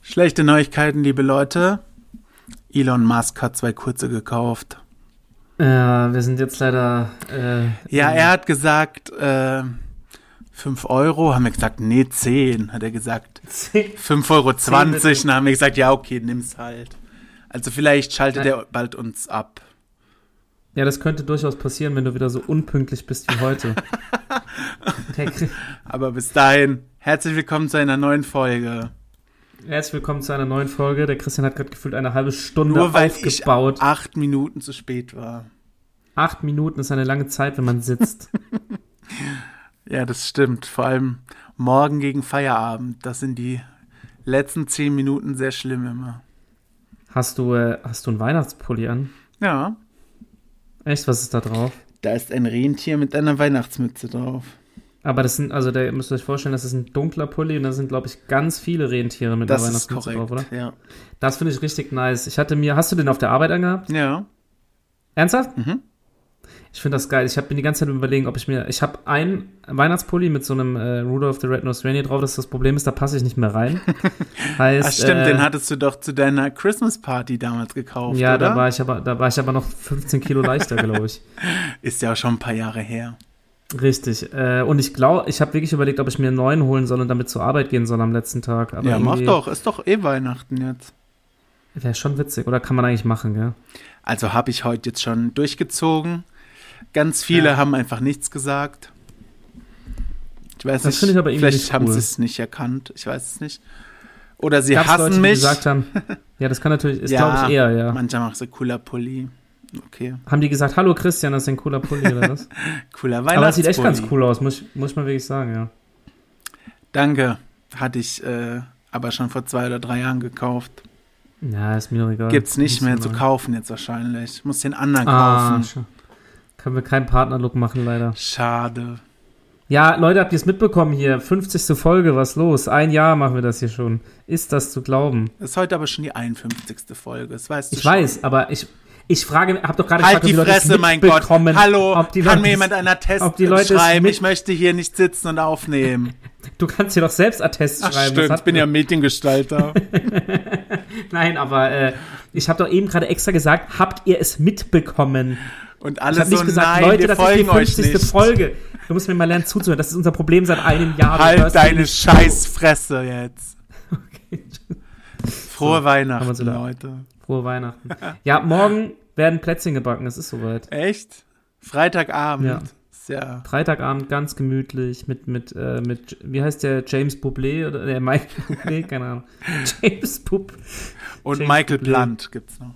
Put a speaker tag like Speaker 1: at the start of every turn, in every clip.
Speaker 1: Schlechte Neuigkeiten, liebe Leute. Elon Musk hat zwei Kurze gekauft.
Speaker 2: Ja, Äh, wir sind jetzt leider. Äh,
Speaker 1: Ja, er hat gesagt, äh, 5 Euro. Haben wir gesagt, nee, 10, hat er gesagt. 5,20 Euro. 20, dann haben wir gesagt, ja, okay, nimm's halt. Also vielleicht schaltet
Speaker 2: Ja.
Speaker 1: er bald uns ab.
Speaker 2: Ja, das könnte durchaus passieren, wenn du wieder so unpünktlich bist wie heute. Der Kri-
Speaker 1: Aber bis dahin, herzlich willkommen zu einer neuen Folge.
Speaker 2: Herzlich willkommen zu einer neuen Folge. Der Christian hat gerade gefühlt eine halbe Stunde
Speaker 1: Nur weil ich
Speaker 2: aufgebaut.
Speaker 1: acht Minuten zu spät war.
Speaker 2: Acht Minuten ist eine lange Zeit, wenn man sitzt.
Speaker 1: Ja, das stimmt. Vor allem morgen gegen Feierabend. Das sind die letzten zehn Minuten sehr schlimm immer.
Speaker 2: Hast du, äh, hast du einen Weihnachtspulli an?
Speaker 1: Ja,
Speaker 2: Echt, was ist da drauf?
Speaker 1: da ist ein Rentier mit einer Weihnachtsmütze drauf.
Speaker 2: Aber das sind, also da müsst ihr euch vorstellen, das ist ein dunkler Pulli und da sind, glaube ich, ganz viele Rentiere mit
Speaker 1: Das
Speaker 2: einer
Speaker 1: ist
Speaker 2: Weihnachtsmütze
Speaker 1: korrekt.
Speaker 2: drauf, oder?
Speaker 1: Ja.
Speaker 2: Das finde ich richtig nice. Ich hatte mir, hast du den auf der Arbeit angehabt?
Speaker 1: ja.
Speaker 2: Ernsthaft?
Speaker 1: Mhm.
Speaker 2: Ich finde das geil. Ich habe mir die ganze Zeit überlegen, ob ich mir. Ich habe einen Weihnachtspulli mit so einem äh, Rudolph the Red-Nosed Reindeer drauf. Das, das Problem ist, da passe ich nicht mehr rein. heißt,
Speaker 1: Ach, Ah, stimmt,
Speaker 2: äh,
Speaker 1: den hattest du doch zu deiner Christmas Party damals gekauft,
Speaker 2: ja,
Speaker 1: oder?
Speaker 2: da war ich aber, da war ich aber noch 15 Kilo leichter, glaube ich.
Speaker 1: ist ja auch schon ein paar Jahre her.
Speaker 2: Richtig. Äh, und ich glaube, ich habe wirklich überlegt, ob ich mir einen neuen holen soll und damit zur Arbeit gehen soll am letzten Tag. Aber
Speaker 1: ja, mach
Speaker 2: irgendwie-
Speaker 1: doch, ist doch eh Weihnachten jetzt.
Speaker 2: Wäre schon witzig, oder kann man eigentlich machen, gell?
Speaker 1: Also habe ich heute jetzt schon durchgezogen. Ganz viele
Speaker 2: Ja.
Speaker 1: haben einfach nichts gesagt. Ich weiß
Speaker 2: Das
Speaker 1: nicht,
Speaker 2: finde ich aber irgendwie
Speaker 1: vielleicht
Speaker 2: nicht
Speaker 1: haben
Speaker 2: cool.
Speaker 1: sie es nicht erkannt, ich weiß es nicht. Oder sie
Speaker 2: Gab's
Speaker 1: hassen
Speaker 2: Leute, Die
Speaker 1: mich.
Speaker 2: gesagt haben, ja, das kann natürlich, ist glaube ich eher, ja.
Speaker 1: Manche machen so cooler Pulli. Okay,
Speaker 2: Haben die gesagt, hallo Christian, das ist ein cooler Pulli oder was?
Speaker 1: cooler Weihnachtspulli.
Speaker 2: aber das sieht echt ganz cool aus, muss, ich- muss ich mal wirklich sagen, ja.
Speaker 1: Danke, hatte ich äh, aber schon vor zwei oder drei Jahren gekauft.
Speaker 2: Ja, ist mir doch egal.
Speaker 1: Gibt's nicht
Speaker 2: Muss
Speaker 1: mehr
Speaker 2: man
Speaker 1: zu
Speaker 2: mal.
Speaker 1: kaufen jetzt wahrscheinlich. Ich muss den anderen
Speaker 2: Ah,
Speaker 1: kaufen.
Speaker 2: scha- können wir keinen Partnerlook machen, leider.
Speaker 1: Schade.
Speaker 2: Ja, Leute, habt ihr es mitbekommen hier? 50. Folge, was los? Ein Jahr machen wir das hier schon. Ist das zu glauben?
Speaker 1: Ist heute aber schon die 51. Folge. Das weißt du
Speaker 2: Ich
Speaker 1: schon.
Speaker 2: weiß, aber ich, ich frage, hab doch gerade
Speaker 1: Halt
Speaker 2: ob
Speaker 1: die
Speaker 2: Leute es
Speaker 1: Fresse, mein Gott.
Speaker 2: mitbekommen,
Speaker 1: Hallo,
Speaker 2: ob die
Speaker 1: kann
Speaker 2: Leute
Speaker 1: mir
Speaker 2: es-
Speaker 1: jemand einen Attest
Speaker 2: ob die Leute es
Speaker 1: schreiben?
Speaker 2: mit-
Speaker 1: Ich möchte hier nicht sitzen und aufnehmen.
Speaker 2: Du kannst dir doch selbst Attest
Speaker 1: Ach,
Speaker 2: schreiben. Das
Speaker 1: stimmt,
Speaker 2: hat-
Speaker 1: ich bin ja Mediengestalter.
Speaker 2: Nein, aber äh, ich habe doch eben gerade extra gesagt, habt ihr es mitbekommen?
Speaker 1: Und
Speaker 2: Ich
Speaker 1: alle
Speaker 2: habe
Speaker 1: so,
Speaker 2: nicht gesagt,
Speaker 1: nein,
Speaker 2: Leute,
Speaker 1: wir
Speaker 2: das ist die
Speaker 1: folgen euch
Speaker 2: 50.
Speaker 1: nicht.
Speaker 2: Folge. Du musst mir mal lernen zuzuhören. Das ist unser Problem seit einem Jahr. Du
Speaker 1: Halt
Speaker 2: hörst mir
Speaker 1: deine
Speaker 2: nicht zu.
Speaker 1: Scheißfresse jetzt.
Speaker 2: Okay.
Speaker 1: Frohe Weihnachten,
Speaker 2: wir sie da.
Speaker 1: Leute.
Speaker 2: Frohe Weihnachten. Ja, morgen werden Plätzchen gebacken, es ist soweit.
Speaker 1: Echt? Freitagabend.
Speaker 2: Ja.
Speaker 1: Ist ja.
Speaker 2: Freitagabend ganz gemütlich mit, mit, äh, mit, wie heißt der, James Bublé oder der Michael Bublé, keine Ahnung. James Bub.
Speaker 1: Und
Speaker 2: James
Speaker 1: Michael
Speaker 2: Bublé.
Speaker 1: Blunt gibt's noch.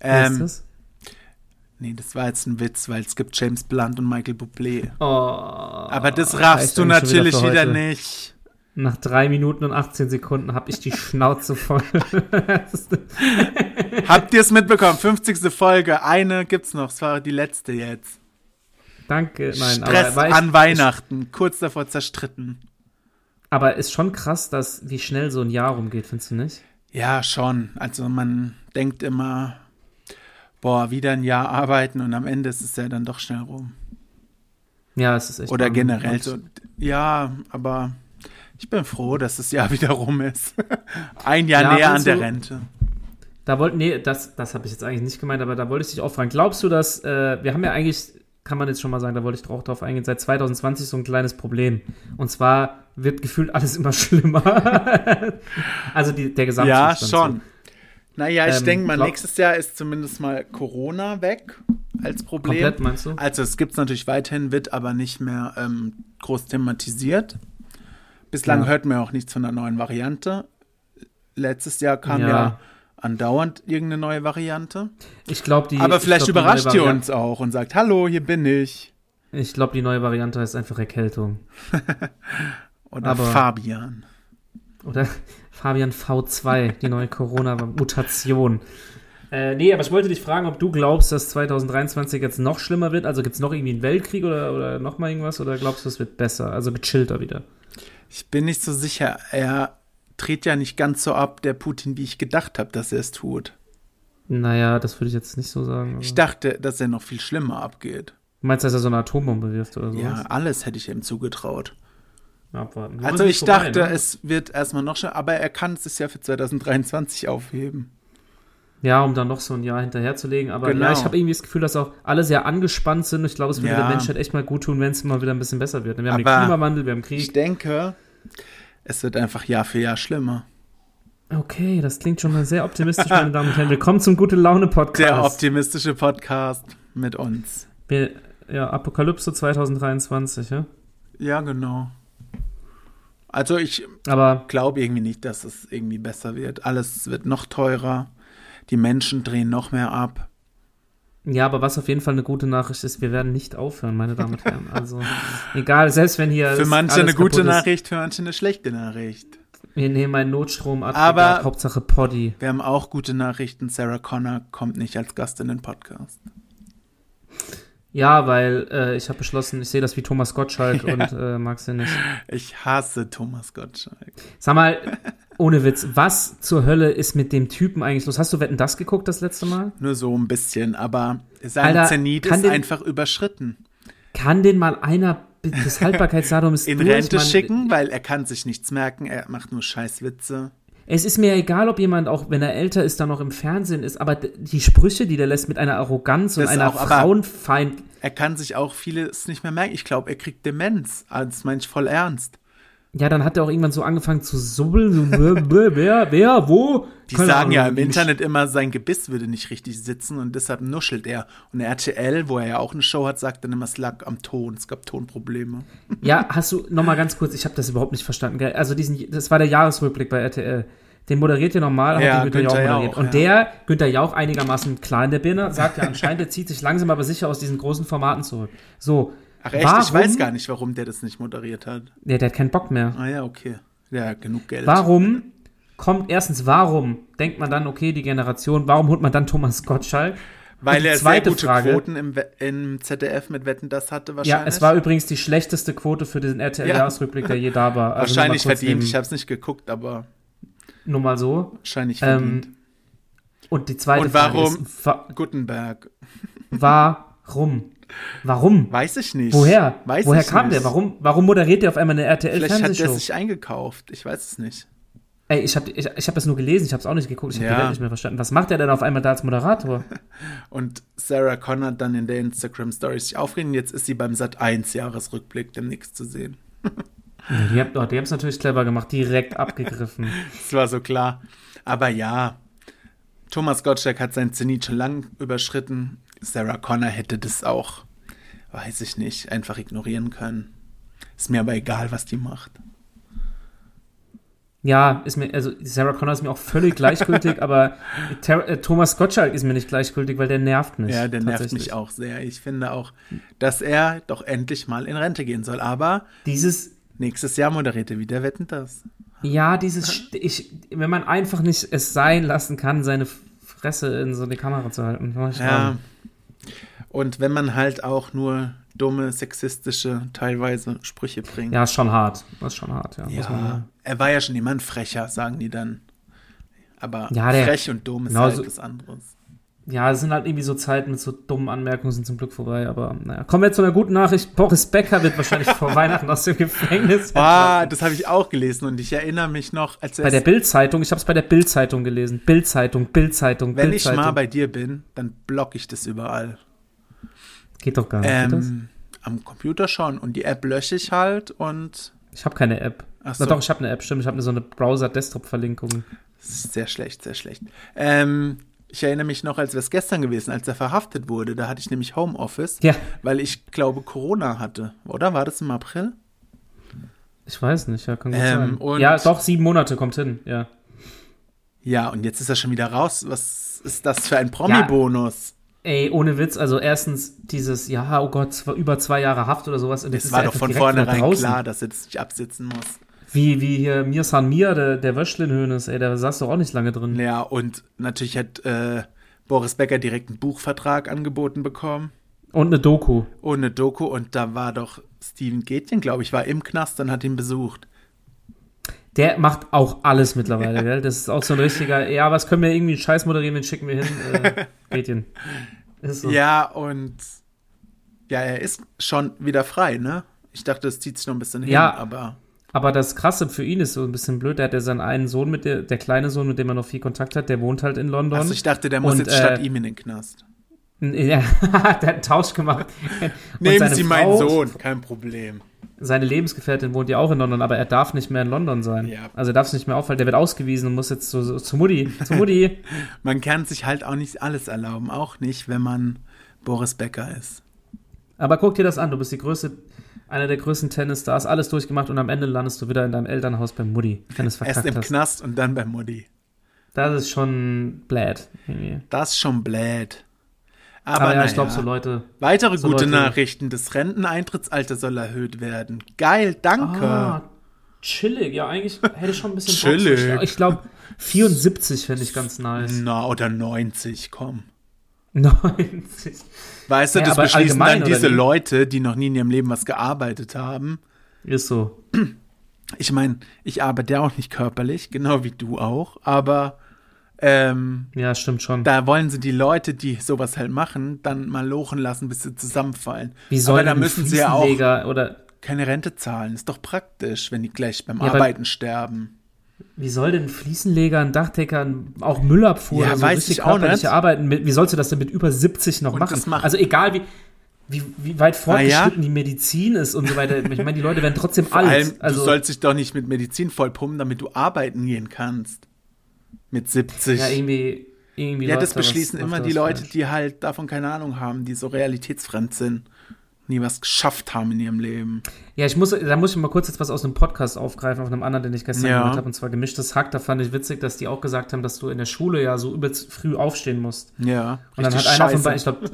Speaker 2: Wer ist
Speaker 1: Ähm,
Speaker 2: das?
Speaker 1: Nee, das war jetzt ein Witz, weil es gibt James Blunt und Michael Bublé.
Speaker 2: Oh,
Speaker 1: Aber
Speaker 2: Aber
Speaker 1: das raffst du natürlich wieder, nicht.
Speaker 2: Nach drei Minuten und 18 Sekunden habe ich die Schnauze voll. Das ist-
Speaker 1: Habt ihr es mitbekommen? 50. Folge, eine gibt's noch, es war die letzte jetzt.
Speaker 2: Danke, nein.
Speaker 1: Stress
Speaker 2: war ich-
Speaker 1: an Weihnachten, kurz davor zerstritten.
Speaker 2: Aber ist schon krass, dass, wie schnell so ein Jahr rumgeht, findest du nicht?
Speaker 1: Ja, schon. Also man denkt immer, boah, wieder ein Jahr arbeiten und am Ende ist es ja dann doch schnell rum.
Speaker 2: Ja, es ist echt.
Speaker 1: Oder
Speaker 2: Wahnsinn.
Speaker 1: generell so. Ja, aber ich bin froh, dass das Jahr wieder rum ist. ein Jahr
Speaker 2: Ja,
Speaker 1: näher an
Speaker 2: also-
Speaker 1: der Rente.
Speaker 2: Da wollte, nee, das, das habe ich jetzt eigentlich nicht gemeint, aber da wollte ich dich auch fragen. Glaubst du, dass, äh, wir haben ja eigentlich, kann man jetzt schon mal sagen, da wollte ich auch drauf eingehen, seit 2020 so ein kleines Problem. Und zwar wird gefühlt alles immer schlimmer. also die,
Speaker 1: Ja,
Speaker 2: der Gesamtzustand.
Speaker 1: schon. Naja, ich
Speaker 2: Ähm,
Speaker 1: denke mal,
Speaker 2: glaub-
Speaker 1: nächstes Jahr ist zumindest mal Corona weg als
Speaker 2: So.
Speaker 1: Problem.
Speaker 2: Komplett, meinst du?
Speaker 1: Also es gibt es natürlich weiterhin, wird aber nicht mehr ähm, groß thematisiert. Bislang
Speaker 2: Ja.
Speaker 1: hört man ja auch nichts von der neuen Variante. Letztes Jahr kam ja,
Speaker 2: Ja.
Speaker 1: andauernd irgendeine neue Variante.
Speaker 2: Ich glaube, die.
Speaker 1: aber
Speaker 2: ich
Speaker 1: vielleicht
Speaker 2: glaub, die neue
Speaker 1: überrascht ihr
Speaker 2: Variante-
Speaker 1: uns auch und sagt, hallo, hier bin ich.
Speaker 2: Ich glaube, die neue Variante heißt einfach Erkältung.
Speaker 1: Oder
Speaker 2: Aber-
Speaker 1: Fabian.
Speaker 2: Oder Fabian V2, die neue Corona-Mutation. Äh, nee, aber ich wollte dich fragen, ob du glaubst, dass 2023 jetzt noch schlimmer wird. Also gibt es noch irgendwie einen Weltkrieg oder, oder nochmal irgendwas? Oder glaubst du, es wird besser? Also gechillter wieder.
Speaker 1: Ich bin nicht so sicher. Er dreht ja nicht ganz so ab, der Putin, wie ich gedacht habe, dass er es tut.
Speaker 2: Naja, das würde ich jetzt nicht so sagen. aber-
Speaker 1: Ich dachte, dass er noch viel schlimmer abgeht.
Speaker 2: Meinst du, dass er so eine Atombombe wirft oder sowas?
Speaker 1: Ja, alles hätte ich ihm zugetraut.
Speaker 2: Abwarten. Wir
Speaker 1: Also
Speaker 2: müssen
Speaker 1: ich
Speaker 2: vorbei,
Speaker 1: dachte,
Speaker 2: ne?
Speaker 1: es wird erstmal noch schneller, aber er kann es sich ja für 2023 aufheben.
Speaker 2: Ja, um dann noch so ein Jahr hinterherzulegen. Aber
Speaker 1: Genau.
Speaker 2: ja, ich habe irgendwie das Gefühl, dass auch alle sehr angespannt sind. Ich glaube, es würde
Speaker 1: Ja.
Speaker 2: der Menschheit echt mal gut tun, wenn es mal wieder ein bisschen besser wird. Wir haben den
Speaker 1: Aber-
Speaker 2: Klimawandel, wir haben
Speaker 1: Ich
Speaker 2: Krieg.
Speaker 1: denke, es wird einfach Jahr für Jahr schlimmer.
Speaker 2: Okay, das klingt schon mal sehr optimistisch, meine Damen und Herren. Willkommen zum
Speaker 1: Der
Speaker 2: Gute-Laune-Podcast.
Speaker 1: optimistische Podcast mit uns.
Speaker 2: Wir- Ja, Apokalypse 2023, ja.
Speaker 1: Ja, genau. Also ich
Speaker 2: Aber
Speaker 1: glaube irgendwie nicht, dass es irgendwie besser wird. Alles wird noch teurer. Die Menschen drehen noch mehr ab.
Speaker 2: Ja, aber was auf jeden Fall eine gute Nachricht ist, wir werden nicht aufhören, meine Damen und Herren. Also, egal, selbst wenn hier.
Speaker 1: für
Speaker 2: es-
Speaker 1: manche
Speaker 2: alles
Speaker 1: eine gute
Speaker 2: kaputt ist,
Speaker 1: Nachricht, für manche eine schlechte Nachricht.
Speaker 2: Wir nehmen einen Notstrom
Speaker 1: Aber-
Speaker 2: Hauptsache Poddy.
Speaker 1: Wir haben auch gute Nachrichten. Sarah Connor kommt nicht als Gast in den Podcast.
Speaker 2: Ja, weil äh, ich habe beschlossen, ich sehe das wie Thomas Gottschalk und äh, mag sie nicht.
Speaker 1: Ich hasse Thomas Gottschalk.
Speaker 2: Sag mal, ohne Witz, was zur Hölle ist mit dem Typen eigentlich los? Hast du Wetten das geguckt das letzte Mal?
Speaker 1: Nur so ein bisschen, aber sein
Speaker 2: Alter,
Speaker 1: Zenit
Speaker 2: kann
Speaker 1: ist
Speaker 2: den-
Speaker 1: einfach überschritten.
Speaker 2: Kann den mal einer b- das Haltbarkeitsdatum ist
Speaker 1: In
Speaker 2: durch,
Speaker 1: Rente
Speaker 2: Mann.
Speaker 1: schicken, weil er kann sich nichts merken. Er macht nur Scheißwitze.
Speaker 2: Es ist mir egal, ob jemand auch, wenn er älter ist, dann noch im Fernsehen ist, aber d- die Sprüche, die der lässt mit einer Arroganz und
Speaker 1: Das
Speaker 2: einer
Speaker 1: auch, aber-
Speaker 2: Frauenfeind.
Speaker 1: Er kann sich auch vieles nicht mehr merken. Ich glaube, er kriegt Demenz. Das meine ich voll ernst.
Speaker 2: Ja, dann hat er auch irgendwann so angefangen zu subbeln, so, wer, wer, wer, wer, wo?
Speaker 1: Die
Speaker 2: Keine
Speaker 1: sagen
Speaker 2: Ahnung.
Speaker 1: ja im Internet immer, sein Gebiss würde nicht richtig sitzen und deshalb nuschelt er. Und RTL, wo er ja auch eine Show hat, sagt dann immer, es lag am Ton, es gab Tonprobleme.
Speaker 2: Ja, hast du, nochmal ganz kurz, ich habe das überhaupt nicht verstanden, gell? Also diesen, das war der Jahresrückblick bei RTL. Den moderiert ihr normal,
Speaker 1: Ja,
Speaker 2: hat den Günther Jauch
Speaker 1: Günther
Speaker 2: moderiert.
Speaker 1: Jauch,
Speaker 2: und
Speaker 1: ja.
Speaker 2: der, Günther Jauch, einigermaßen klar in der Birne, sagt ja anscheinend, der zieht sich langsam aber sicher aus diesen großen Formaten zurück. So,
Speaker 1: Ach echt, ich weiß gar nicht, warum der das nicht moderiert hat.
Speaker 2: Ja, der hat keinen Bock mehr.
Speaker 1: Ah ja, okay. Ja, genug Geld.
Speaker 2: Warum kommt erstens, warum denkt man dann, okay, die Generation, warum holt man dann Thomas Gottschalk? Und
Speaker 1: Weil
Speaker 2: die
Speaker 1: er sehr
Speaker 2: zweite
Speaker 1: gute
Speaker 2: Frage-
Speaker 1: Quoten im, We- im ZDF mit Wetten, das hatte
Speaker 2: Ja,
Speaker 1: wahrscheinlich.
Speaker 2: es war also übrigens die schlechteste Quote für den
Speaker 1: Ja.
Speaker 2: RTL-Jahresrückblick, der je da war. Also
Speaker 1: wahrscheinlich
Speaker 2: nur mal kurz
Speaker 1: verdient.
Speaker 2: neben-
Speaker 1: Ich habe es nicht geguckt, aber
Speaker 2: Nur mal so.
Speaker 1: wahrscheinlich
Speaker 2: Ähm,
Speaker 1: verdient.
Speaker 2: Und die zweite
Speaker 1: Und warum-
Speaker 2: Frage ist, wa
Speaker 1: Gutenberg.
Speaker 2: warum? Warum?
Speaker 1: Weiß ich nicht.
Speaker 2: Woher?
Speaker 1: Weiß
Speaker 2: Woher
Speaker 1: ich
Speaker 2: kam
Speaker 1: nicht.
Speaker 2: der? Warum, warum moderiert der auf einmal eine
Speaker 1: Vielleicht hat der
Speaker 2: RTL-Fernsehshow?
Speaker 1: sich eingekauft. Ich weiß es nicht.
Speaker 2: Ey, ich habe ich, ich hab das nur gelesen, ich habe es auch nicht geguckt, ich habe
Speaker 1: Ja.
Speaker 2: die Welt nicht mehr verstanden. Was macht er denn auf einmal da als Moderator?
Speaker 1: Und Sarah Connor hat dann in der Instagram Story sich aufregen. Jetzt ist sie beim Sat 1 Jahresrückblick demnächst zu sehen.
Speaker 2: Die haben oh, es natürlich clever gemacht, direkt abgegriffen.
Speaker 1: Das war so klar. Aber ja, Thomas Gottschalk hat sein Zenit schon lang überschritten. Sarah Connor hätte das auch, weiß ich nicht, einfach ignorieren können. Ist mir aber egal, was die macht.
Speaker 2: Ja, ist mir, also Sarah Connor ist mir auch völlig gleichgültig, aber Ter äh, Thomas Gottschalk ist mir nicht gleichgültig, weil der nervt mich.
Speaker 1: Ja, der nervt mich
Speaker 2: tatsächlich.
Speaker 1: auch sehr. Ich finde auch, dass er doch endlich mal in Rente gehen soll. Aber
Speaker 2: Dieses,
Speaker 1: nächstes Jahr moderiert er wieder Wetten das.
Speaker 2: ja, dieses, St- ich, wenn man einfach nicht es sein lassen kann, seine Fresse in so eine Kamera zu halten. mach ich
Speaker 1: Ja.
Speaker 2: dran.
Speaker 1: Ähm, Und wenn man halt auch nur dumme, sexistische, teilweise Sprüche bringt.
Speaker 2: ja, ist schon hart. Das ist schon hart, ja. muss man sagen.
Speaker 1: Ja, er war ja schon immer ein Frecher, sagen die dann. Aber
Speaker 2: Ja, der-
Speaker 1: frech und dumm ist
Speaker 2: Genau
Speaker 1: halt
Speaker 2: so-
Speaker 1: was anderes.
Speaker 2: ja, es sind halt irgendwie so Zeiten mit so dummen Anmerkungen, sind zum Glück vorbei, aber naja. Kommen wir zu einer guten Nachricht. Boris Becker wird wahrscheinlich vor Weihnachten aus dem Gefängnis.
Speaker 1: Ah, das habe ich auch gelesen und ich erinnere mich noch, als
Speaker 2: Bei der
Speaker 1: es,
Speaker 2: Bild-Zeitung, ich habe es bei der Bild-Zeitung gelesen. Bild-Zeitung, Bild-Zeitung,
Speaker 1: wenn ich
Speaker 2: Bild-Zeitung.
Speaker 1: mal bei dir bin, dann blocke ich das überall.
Speaker 2: Geht doch gar nicht. geht das?
Speaker 1: Ähm, am Computer schon und die App lösche ich halt und
Speaker 2: Ich habe keine App.
Speaker 1: Ach
Speaker 2: Na
Speaker 1: so.
Speaker 2: doch, ich habe eine App, stimmt. Ich habe so eine Browser-Desktop-Verlinkung.
Speaker 1: das ist sehr schlecht, sehr schlecht. Ähm, ich erinnere mich noch, als wäre es gestern gewesen, als er verhaftet wurde. Da hatte ich nämlich Homeoffice,
Speaker 2: Ja,
Speaker 1: weil ich glaube Corona hatte, oder? War das im April?
Speaker 2: ich weiß nicht, ja, kann gut
Speaker 1: Ähm,
Speaker 2: sein.
Speaker 1: und-
Speaker 2: Ja, doch, sieben Monate kommt hin, ja.
Speaker 1: Ja, und jetzt ist er schon wieder raus. Was ist das für ein Promi-Bonus?
Speaker 2: Ey, ohne Witz, also erstens dieses, ja, oh Gott, zwei, über zwei Jahre Haft oder sowas. Und jetzt
Speaker 1: es
Speaker 2: ist
Speaker 1: war
Speaker 2: er
Speaker 1: doch
Speaker 2: einfach
Speaker 1: von
Speaker 2: direkt wieder
Speaker 1: vornherein
Speaker 2: draußen.
Speaker 1: klar, dass er das nicht absitzen muss.
Speaker 2: Wie, wie hier Mir San Mir, der, der Wöschlin-Hönes, ey, der saß doch auch nicht lange drin.
Speaker 1: Ja, und natürlich hat äh, Boris Becker direkt einen Buchvertrag angeboten bekommen
Speaker 2: Und eine Doku.
Speaker 1: und eine Doku. Und da war doch Steven Gätjen, glaube ich, war im Knast und hat ihn besucht.
Speaker 2: Der macht auch alles mittlerweile, gell? Das ist auch so ein richtiger, ja, was können wir irgendwie einen Scheiß moderieren, den schicken wir hin. Äh, Mädchen. Ist so.
Speaker 1: Ja, und ja, er ist schon wieder frei, ne? Ich dachte, es zieht sich noch ein bisschen hin,
Speaker 2: Ja.
Speaker 1: aber
Speaker 2: Aber das Krasse für ihn ist so ein bisschen blöd. Er hat ja seinen einen Sohn mit der, der kleine Sohn, mit dem er noch viel Kontakt hat, der wohnt halt in London.
Speaker 1: Also ich dachte, der muss
Speaker 2: Und,
Speaker 1: jetzt statt
Speaker 2: äh,
Speaker 1: ihm in den Knast.
Speaker 2: Ja, der hat einen Tausch gemacht. Und
Speaker 1: Nehmen
Speaker 2: seine
Speaker 1: Sie meinen
Speaker 2: Frau-
Speaker 1: Sohn, kein Problem.
Speaker 2: Seine Lebensgefährtin wohnt ja auch in London, aber er darf nicht mehr in London sein.
Speaker 1: Ja.
Speaker 2: Also er darf es nicht mehr aufhalten. Der wird ausgewiesen und muss jetzt zu, zu Mutti. Zu Mutti.
Speaker 1: Man kann sich halt auch nicht alles erlauben, auch nicht, wenn man Boris Becker ist.
Speaker 2: aber guck dir das an. Du bist die größte, einer der größten Tennisstars, alles durchgemacht und am Ende landest du wieder in deinem Elternhaus bei Mutti, wenn du es
Speaker 1: Erst
Speaker 2: verkackt
Speaker 1: im
Speaker 2: hast.
Speaker 1: Knast und dann bei Mutti.
Speaker 2: Das ist schon bläd. irgendwie.
Speaker 1: Das ist schon blöd. Aber,
Speaker 2: Aber, ja, ich
Speaker 1: naja.
Speaker 2: glaube, so Leute.
Speaker 1: Weitere
Speaker 2: so
Speaker 1: gute
Speaker 2: Leute-
Speaker 1: Nachrichten. Das Renteneintrittsalter soll erhöht werden. Geil, danke.
Speaker 2: Ah, chillig. Ja, eigentlich hätte ich schon ein bisschen Bock.
Speaker 1: Chillig.
Speaker 2: Ich glaube, 74 fände ich ganz nice.
Speaker 1: Na, oder 90, komm.
Speaker 2: 90.
Speaker 1: Weißt du,
Speaker 2: Ja,
Speaker 1: das
Speaker 2: aber
Speaker 1: beschließen
Speaker 2: allgemein,
Speaker 1: dann
Speaker 2: oder
Speaker 1: diese
Speaker 2: wie?
Speaker 1: Leute, die noch nie in ihrem Leben was gearbeitet haben.
Speaker 2: Ist so.
Speaker 1: Ich meine, ich arbeite ja auch nicht körperlich, genau wie du auch, aber ähm,
Speaker 2: Ja, stimmt schon.
Speaker 1: da wollen sie die Leute, die sowas halt machen, dann mal lochen lassen, bis sie zusammenfallen.
Speaker 2: Wie
Speaker 1: aber
Speaker 2: sollen
Speaker 1: da
Speaker 2: denn
Speaker 1: müssen sie ja auch
Speaker 2: Fliesenleger oder
Speaker 1: keine Rente zahlen. Ist doch praktisch, wenn die gleich beim
Speaker 2: Ja, aber-
Speaker 1: Arbeiten sterben.
Speaker 2: wie soll denn ein Fliesenleger, ein Dachdecker, ein- auch Müllabfuhr
Speaker 1: Ja,
Speaker 2: oder so
Speaker 1: weiß
Speaker 2: richtig
Speaker 1: ich auch
Speaker 2: körperliche
Speaker 1: nicht.
Speaker 2: Arbeiten, mit, wie sollst du das denn mit über 70 noch
Speaker 1: Und
Speaker 2: machen?
Speaker 1: das machen-
Speaker 2: Also egal wie, wie, wie weit
Speaker 1: ja.
Speaker 2: fortgeschritten die Medizin ist und so weiter. Ich meine, die Leute werden trotzdem
Speaker 1: Vor
Speaker 2: alt.
Speaker 1: allem, du
Speaker 2: Also,
Speaker 1: sollst dich doch nicht mit Medizin vollpumpen, damit du arbeiten gehen kannst. Mit 70.
Speaker 2: ja, irgendwie, irgendwie
Speaker 1: Ja,
Speaker 2: läuft
Speaker 1: das
Speaker 2: da was-
Speaker 1: beschließen
Speaker 2: läuft
Speaker 1: immer
Speaker 2: da
Speaker 1: die
Speaker 2: was
Speaker 1: Leute,
Speaker 2: falsch.
Speaker 1: die halt davon keine Ahnung haben, die so realitätsfremd sind, nie was geschafft haben in ihrem Leben.
Speaker 2: Ja, ich muss, da muss ich mal kurz jetzt was aus einem Podcast aufgreifen, auf einem anderen, den ich gestern
Speaker 1: Ja.
Speaker 2: gehört habe, und zwar gemischtes Hack. Da fand ich witzig, dass die auch gesagt haben, dass du in der Schule ja so übelst früh aufstehen musst.
Speaker 1: Ja,
Speaker 2: Und dann hat einer von beiden, ich glaube,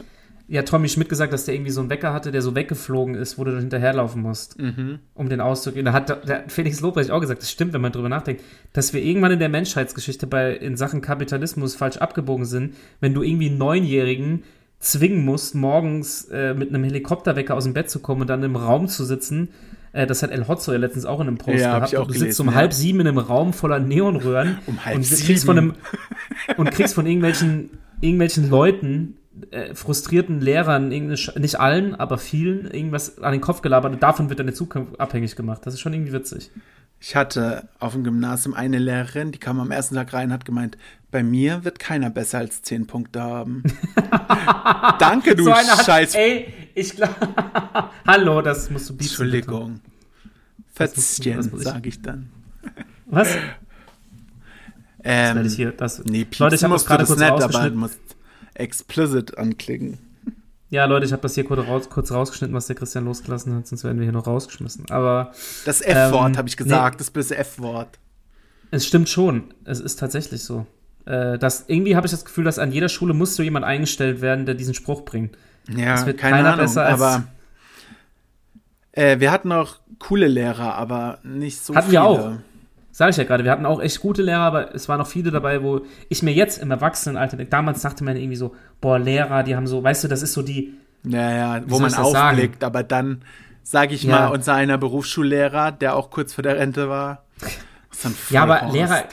Speaker 2: ja, Tommy Schmidt gesagt, dass der irgendwie so einen Wecker hatte, der so weggeflogen ist, wo du dann hinterherlaufen musst,
Speaker 1: Mhm.
Speaker 2: um den auszugehen. Da hat, da hat Felix Lobrecht auch gesagt, das stimmt, wenn man drüber nachdenkt, dass wir irgendwann in der Menschheitsgeschichte bei, in Sachen Kapitalismus falsch abgebogen sind, wenn du irgendwie einen Neunjährigen zwingen musst, morgens äh, mit einem Helikopterwecker aus dem Bett zu kommen und dann im Raum zu sitzen. Äh, das hat El Hotzo ja letztens auch in einem Post
Speaker 1: Ja, hab
Speaker 2: gehabt.
Speaker 1: ich auch
Speaker 2: du sitzt
Speaker 1: gelesen,
Speaker 2: um
Speaker 1: ja.
Speaker 2: halb sieben in einem Raum voller Neonröhren
Speaker 1: Um halb
Speaker 2: und kriegst von
Speaker 1: sieben.
Speaker 2: einem und kriegst von irgendwelchen, irgendwelchen Leuten, äh, frustrierten Lehrern, irgendeine Sch- nicht allen, aber vielen, irgendwas an den Kopf gelabert und davon wird deine Zukunft abhängig gemacht. Das ist schon irgendwie witzig.
Speaker 1: Ich hatte auf dem Gymnasium eine Lehrerin, die kam am ersten Tag rein und hat gemeint, bei mir wird keiner besser als 10 Punkte haben. Danke, du scheiß...
Speaker 2: Ey, ich glaube. Hallo, das musst du bieten.
Speaker 1: Entschuldigung.
Speaker 2: das
Speaker 1: Verziehen,
Speaker 2: muss ich-
Speaker 1: sage ich dann.
Speaker 2: Bitte. Was?
Speaker 1: Ähm,
Speaker 2: Werde ich hier, das,
Speaker 1: Nee,
Speaker 2: Leute, ich
Speaker 1: piepsen
Speaker 2: habe das
Speaker 1: musst du
Speaker 2: gerade
Speaker 1: das
Speaker 2: kurz
Speaker 1: nicht, aber du
Speaker 2: rausgeschnitten.
Speaker 1: musst explicit anklicken.
Speaker 2: Ja, Leute, ich habe das hier kurz, raus, kurz rausgeschnitten, was der Christian losgelassen hat, sonst werden wir hier noch rausgeschmissen. Aber
Speaker 1: Das F-Wort
Speaker 2: Ähm,
Speaker 1: habe ich
Speaker 2: nee.
Speaker 1: gesagt, das böse F-Wort.
Speaker 2: Es stimmt schon. Es ist tatsächlich so. Äh, das, irgendwie habe ich das Gefühl, dass an jeder Schule muss so jemand eingestellt werden, der diesen Spruch bringt.
Speaker 1: Ja,
Speaker 2: Es wird
Speaker 1: keine
Speaker 2: keiner
Speaker 1: Ahnung,
Speaker 2: besser als-
Speaker 1: aber äh, wir hatten auch coole Lehrer, aber nicht so
Speaker 2: Hatten
Speaker 1: viele.
Speaker 2: wir auch. Sage ich ja gerade. Wir hatten auch echt gute Lehrer, aber es waren auch viele dabei, wo ich mir jetzt im Erwachsenenalter denke. Damals dachte man irgendwie so, boah, Lehrer, die haben so, weißt du, das ist so die,
Speaker 1: Naja, wo
Speaker 2: soll
Speaker 1: man
Speaker 2: ich das sagen?
Speaker 1: aufblickt, aber dann sage ich
Speaker 2: Ja.
Speaker 1: mal, unser einer Berufsschullehrer, der auch kurz vor der Rente war. ist ein
Speaker 2: Ja, aber
Speaker 1: Vollhorst.
Speaker 2: Lehrer,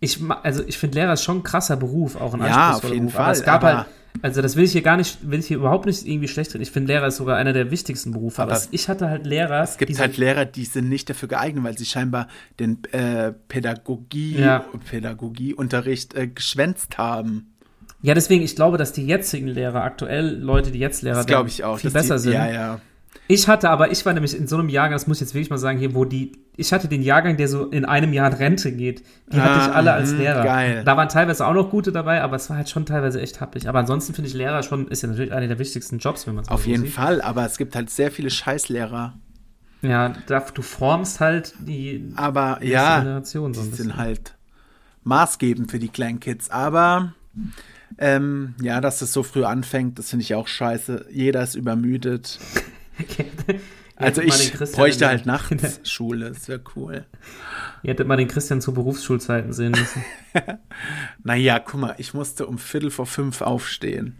Speaker 2: ich, ma- also ich finde Lehrer ist schon ein krasser Beruf, auch ein
Speaker 1: Ja,
Speaker 2: anspruchsvoller
Speaker 1: auf jeden
Speaker 2: Beruf.
Speaker 1: Fall,
Speaker 2: Aber es gab
Speaker 1: aber-
Speaker 2: halt, also das will ich hier gar nicht, will ich hier überhaupt nicht irgendwie schlecht reden. Ich finde Lehrer ist sogar einer der wichtigsten Berufe. Aber,
Speaker 1: Aber
Speaker 2: es- ich hatte halt Lehrer.
Speaker 1: Es gibt halt Lehrer, die sind nicht dafür geeignet, weil sie scheinbar den äh, Pädagogie,
Speaker 2: Ja.
Speaker 1: Pädagogieunterricht äh, geschwänzt haben.
Speaker 2: Ja, deswegen, ich glaube, dass die jetzigen Lehrer, aktuell Leute, die jetzt Lehrer
Speaker 1: Das glaube ich auch.
Speaker 2: viel
Speaker 1: dass
Speaker 2: besser
Speaker 1: die,
Speaker 2: sind.
Speaker 1: Ja, ja.
Speaker 2: Ich hatte aber, ich war nämlich in so einem Jahrgang, das muss ich jetzt wirklich mal sagen, hier, wo die, ich hatte den Jahrgang, der so in einem Jahr in Rente geht. Die hatte
Speaker 1: Ah,
Speaker 2: ich alle als
Speaker 1: mhm,
Speaker 2: Lehrer.
Speaker 1: geil.
Speaker 2: Da waren teilweise auch noch gute dabei, aber es war halt schon teilweise echt happig. Aber ansonsten finde ich Lehrer schon, ist ja natürlich einer der wichtigsten Jobs, wenn man es
Speaker 1: Auf jeden Fall, aber es gibt halt sehr viele Scheißlehrer.
Speaker 2: Fall. Ja, da, du formst halt die
Speaker 1: Aber
Speaker 2: nächste
Speaker 1: Ah, ja,
Speaker 2: Generation so ein
Speaker 1: die sind
Speaker 2: bisschen.
Speaker 1: halt maßgebend für die kleinen Kids. Aber ähm, ja, dass es so früh anfängt, das finde ich auch scheiße. Jeder ist übermüdet. Also
Speaker 2: Hätte mal
Speaker 1: ich
Speaker 2: den Christian
Speaker 1: bräuchte
Speaker 2: in-
Speaker 1: halt nachts Schule, das wäre cool.
Speaker 2: Ihr hättet mal den Christian zu Berufsschulzeiten sehen müssen.
Speaker 1: Naja, guck mal, ich musste um Viertel vor fünf aufstehen,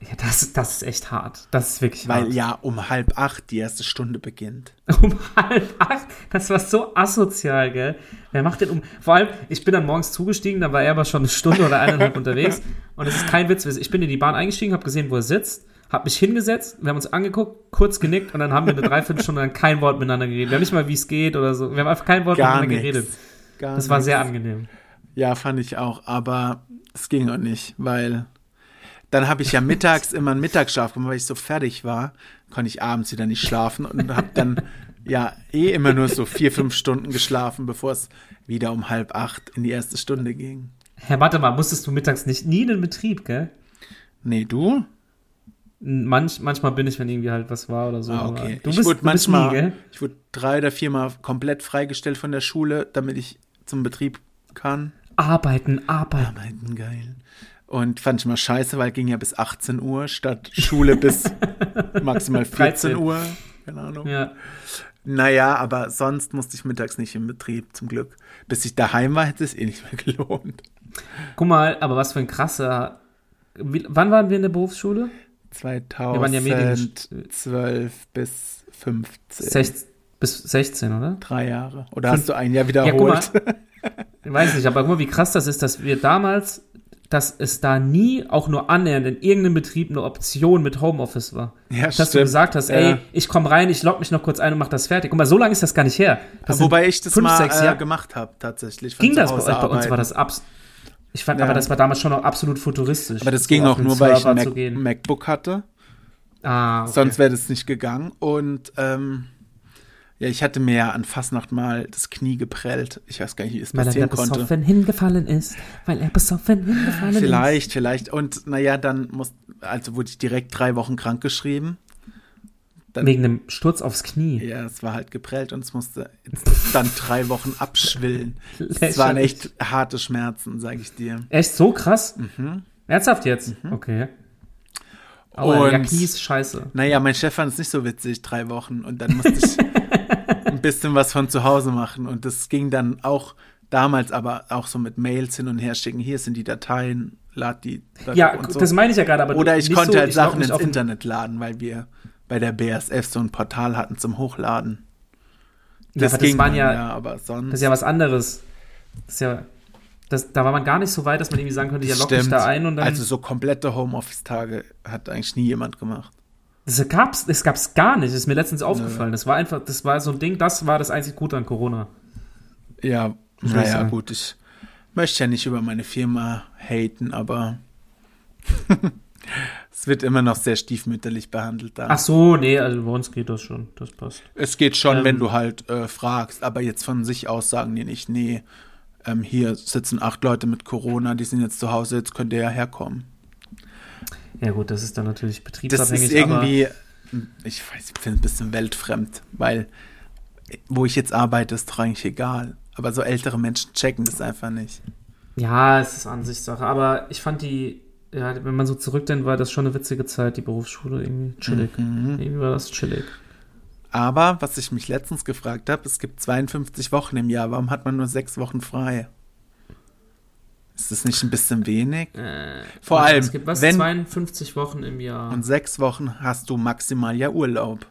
Speaker 2: ja, das, das ist echt hart. Das ist wirklich hart.
Speaker 1: weil ja um halb acht die erste Stunde beginnt.
Speaker 2: Um halb acht? Das war so asozial, gell? Wer macht denn um. Vor allem, ich bin dann morgens zugestiegen, da war er aber schon eine Stunde oder eineinhalb unterwegs. Und es ist kein Witz. Ich bin in die Bahn eingestiegen, habe gesehen, wo er sitzt. habe mich hingesetzt, wir haben uns angeguckt, kurz genickt und dann haben wir eine Dreiviertelstunde lang kein Wort miteinander geredet. Wir haben nicht mal, wie es geht oder so. Wir haben einfach kein Wort
Speaker 1: Gar nix.
Speaker 2: miteinander geredet.
Speaker 1: Gar
Speaker 2: Das war
Speaker 1: nix.
Speaker 2: sehr angenehm.
Speaker 1: Ja, fand ich auch, aber es ging auch nicht, weil dann habe ich ja mittags immer einen Mittagsschlaf gemacht, weil ich so fertig war, konnte ich abends wieder nicht schlafen und habe dann ja eh immer nur so vier, fünf Stunden geschlafen, bevor es wieder um halb acht in die erste Stunde ging.
Speaker 2: Herr, warte mal, musstest du mittags nicht nie in den Betrieb, gell?
Speaker 1: Nee, du?
Speaker 2: Manch, manchmal bin ich, wenn irgendwie halt was war oder so.
Speaker 1: Ah,
Speaker 2: aber
Speaker 1: okay.
Speaker 2: Du bist,
Speaker 1: ich wurde
Speaker 2: du bist
Speaker 1: manchmal,
Speaker 2: nie, gell?
Speaker 1: ich wurde drei oder viermal komplett freigestellt von der Schule, damit ich zum Betrieb kann.
Speaker 2: Arbeiten, arbeiten.
Speaker 1: Arbeiten, geil. Und fand ich mal scheiße, weil ging ja bis 18 Uhr statt Schule bis maximal 14
Speaker 2: 13.
Speaker 1: Uhr. Keine Ahnung.
Speaker 2: Ja.
Speaker 1: Naja, aber sonst musste ich mittags nicht im Betrieb, zum Glück. Bis ich daheim war, hätte es eh nicht mehr gelohnt.
Speaker 2: Guck mal, aber was für ein krasser. Wie, wann waren wir in der Berufsschule? waren ja Medien-
Speaker 1: 2012 bis 15.
Speaker 2: Sech, bis 16, oder?
Speaker 1: Drei Jahre. Oder hast du ein Jahr wiederholt?
Speaker 2: Ich weiß nicht, aber guck mal, wie krass das ist, dass wir damals, dass es da nie auch nur annähernd in irgendeinem Betrieb eine Option mit Homeoffice war.
Speaker 1: Ja,
Speaker 2: dass du gesagt hast,
Speaker 1: Ja.
Speaker 2: ey, ich komm rein, ich log mich noch kurz ein und mach das fertig. Guck mal, so lange ist das gar nicht her. Das sind
Speaker 1: Wobei ich das
Speaker 2: fünf,
Speaker 1: mal
Speaker 2: sechs
Speaker 1: äh,
Speaker 2: Jahre-
Speaker 1: gemacht habe, tatsächlich. von
Speaker 2: ging
Speaker 1: zu
Speaker 2: das bei euch?
Speaker 1: Hause
Speaker 2: Bei uns war
Speaker 1: arbeiten.
Speaker 2: das abs. Ich fand,
Speaker 1: Ja.
Speaker 2: aber das war damals schon noch absolut futuristisch.
Speaker 1: Aber das
Speaker 2: so
Speaker 1: ging
Speaker 2: auf
Speaker 1: auch
Speaker 2: den
Speaker 1: nur, weil ich
Speaker 2: Server
Speaker 1: ein
Speaker 2: zu
Speaker 1: Mac
Speaker 2: gehen.
Speaker 1: MacBook hatte.
Speaker 2: Ah, okay.
Speaker 1: Sonst wäre das nicht gegangen. Und ähm, ja, ich hatte mir ja an Fastnacht mal das Knie geprellt. Ich weiß gar nicht, wie es
Speaker 2: weil er
Speaker 1: passieren konnte.
Speaker 2: besoffen hingefallen ist. Weil er besoffen hingefallen ist.
Speaker 1: Vielleicht, vielleicht. Und naja, dann muss, also wurde ich direkt drei Wochen krankgeschrieben. dann-
Speaker 2: Wegen einem Sturz aufs Knie.
Speaker 1: äh, Ja, es war halt geprellt und es musste dann drei Wochen abschwillen. Es waren
Speaker 2: Lächerlich.
Speaker 1: echt harte Schmerzen, sage ich dir.
Speaker 2: Echt so krass?
Speaker 1: Mhm.
Speaker 2: Ernsthaft jetzt? Okay. Aber
Speaker 1: Und-
Speaker 2: ja, Knie ist scheiße.
Speaker 1: Naja, mein Chef fand es nicht so witzig, drei Wochen. Und dann musste ich ein bisschen was von zu Hause machen. Und das ging dann auch damals, aber auch so mit Mails hin und her schicken. Hier sind die Dateien, lad die. da-
Speaker 2: Ja,
Speaker 1: und
Speaker 2: das meine ich ja gerade, aber
Speaker 1: Oder ich
Speaker 2: nicht
Speaker 1: konnte
Speaker 2: so,
Speaker 1: halt
Speaker 2: ich log
Speaker 1: Sachen
Speaker 2: mich
Speaker 1: ins
Speaker 2: auf den-
Speaker 1: Internet laden, weil wir bei der BASF so ein Portal hatten zum Hochladen.
Speaker 2: Ja, aber das waren
Speaker 1: dann,
Speaker 2: ja,
Speaker 1: aber sonst.
Speaker 2: das ist ja was anderes. Das ist ja, das, da war man gar nicht so weit, dass man irgendwie sagen könnte, ja, lock
Speaker 1: Stimmt.
Speaker 2: mich da ein und dann.
Speaker 1: also so komplette Homeoffice-Tage hat eigentlich nie jemand gemacht.
Speaker 2: Das gab's, das gab's gar nicht. Das ist mir letztens aufgefallen. Das war einfach, das war so ein Ding, das war das einzig Gute an Corona.
Speaker 1: Ja,
Speaker 2: ich
Speaker 1: naja,
Speaker 2: sagen.
Speaker 1: gut, ich möchte ja nicht über meine Firma haten, aber es wird immer noch sehr stiefmütterlich behandelt da.
Speaker 2: Ach so, nee, also bei uns geht das schon. Das passt.
Speaker 1: Es geht schon,
Speaker 2: Ähm,
Speaker 1: wenn du halt äh, fragst, aber jetzt von sich aus sagen die nicht, nee, ähm, hier sitzen acht Leute mit Corona, die sind jetzt zu Hause, jetzt könnt ihr ja herkommen.
Speaker 2: Ja, gut, das ist dann natürlich
Speaker 1: Das
Speaker 2: betriebsabhängig.
Speaker 1: ist irgendwie, hm, ich weiß, ich finde ein bisschen weltfremd, weil äh, wo ich jetzt arbeite, ist doch eigentlich egal. Aber so ältere Menschen checken das einfach nicht.
Speaker 2: Aber, ja, es ist Ansichtssache. Aber ich fand die, ja, wenn man so zurückdenkt, war das schon eine witzige Zeit, die Berufsschule irgendwie chillig. Irgendwie war das chillig.
Speaker 1: Aber was ich mich letztens gefragt habe, es gibt 52 Wochen im Jahr, warum hat man nur sechs Wochen frei? Ist das nicht ein bisschen wenig?
Speaker 2: Äh,
Speaker 1: Vor allem,
Speaker 2: es gibt was,
Speaker 1: wenn-
Speaker 2: 52 Wochen im Jahr.
Speaker 1: Und sechs Wochen hast du maximal ja Urlaub.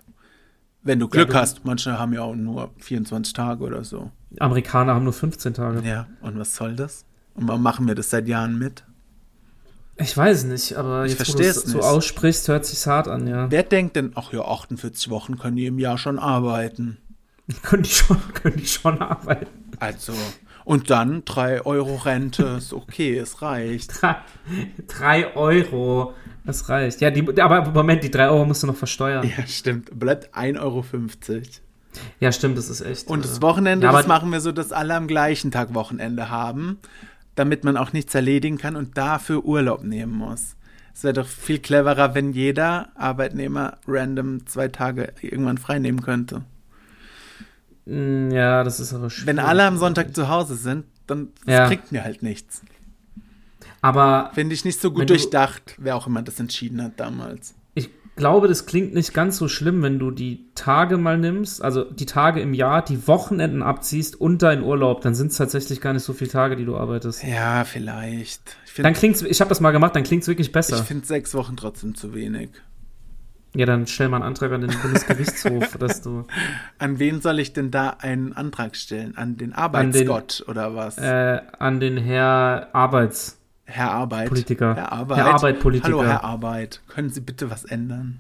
Speaker 1: Wenn du Glück
Speaker 2: du-
Speaker 1: hast, manche haben ja auch nur 24 Tage oder so.
Speaker 2: Amerikaner haben nur 15 Tage.
Speaker 1: Ja, und was soll das? Und warum machen wir das seit Jahren mit?
Speaker 2: Ich weiß nicht, aber
Speaker 1: Ich
Speaker 2: jetzt, wo du
Speaker 1: verstehe
Speaker 2: es
Speaker 1: es
Speaker 2: so
Speaker 1: nicht.
Speaker 2: aussprichst, hört sich's hart an, ja.
Speaker 1: Wer denkt denn, ach ja, 48 Wochen können die im Jahr schon arbeiten?
Speaker 2: Können die schon, können die schon arbeiten.
Speaker 1: Also, und dann 3 Euro Rente, ist okay, es reicht.
Speaker 2: Drei, drei Euro. Das reicht. Ja, die, aber Moment, die drei Euro musst du noch versteuern. Ja,
Speaker 1: Ja, stimmt. Bleibt 1,50 Euro.
Speaker 2: stimmt, das ist echt.
Speaker 1: Und
Speaker 2: äh,
Speaker 1: das Wochenende,
Speaker 2: ja, aber-
Speaker 1: das machen wir so, dass alle am gleichen Tag Wochenende haben, damit man auch nichts erledigen kann und dafür Urlaub nehmen muss. Es wäre doch viel cleverer, wenn jeder Arbeitnehmer random zwei Tage irgendwann frei nehmen könnte.
Speaker 2: mh, Hm, ja, das ist aber schwierig.
Speaker 1: Wenn alle am Sonntag zu Hause sind, dann das
Speaker 2: Ja.
Speaker 1: bringt mir halt nichts.
Speaker 2: Aber
Speaker 1: Finde ich nicht so
Speaker 2: Wenn
Speaker 1: gut
Speaker 2: du-
Speaker 1: durchdacht, wer auch immer das entschieden hat damals.
Speaker 2: ich glaube, das klingt nicht ganz so schlimm, wenn du die Tage mal nimmst, also die Tage im Jahr, die Wochenenden abziehst und deinen Urlaub. Dann sind es tatsächlich gar nicht so viele Tage, die du arbeitest.
Speaker 1: Ja, vielleicht. Ich
Speaker 2: Dann
Speaker 1: finde
Speaker 2: klingt's, ich habe das mal gemacht, dann klingt's wirklich besser.
Speaker 1: find sechs Wochen trotzdem zu wenig.
Speaker 2: Ja, dann stell mal einen Antrag an den Bundesgerichtshof, dass du.
Speaker 1: An wen soll ich denn da einen Antrag stellen? An den Arbeitsgott oder was?
Speaker 2: Äh, an den Herr Arbeits.
Speaker 1: Herr Arbeit.
Speaker 2: Politiker.
Speaker 1: Herr Arbeit.
Speaker 2: Herr Arbeit, Politiker.
Speaker 1: Hallo, Herr Arbeit. Können Sie bitte was ändern?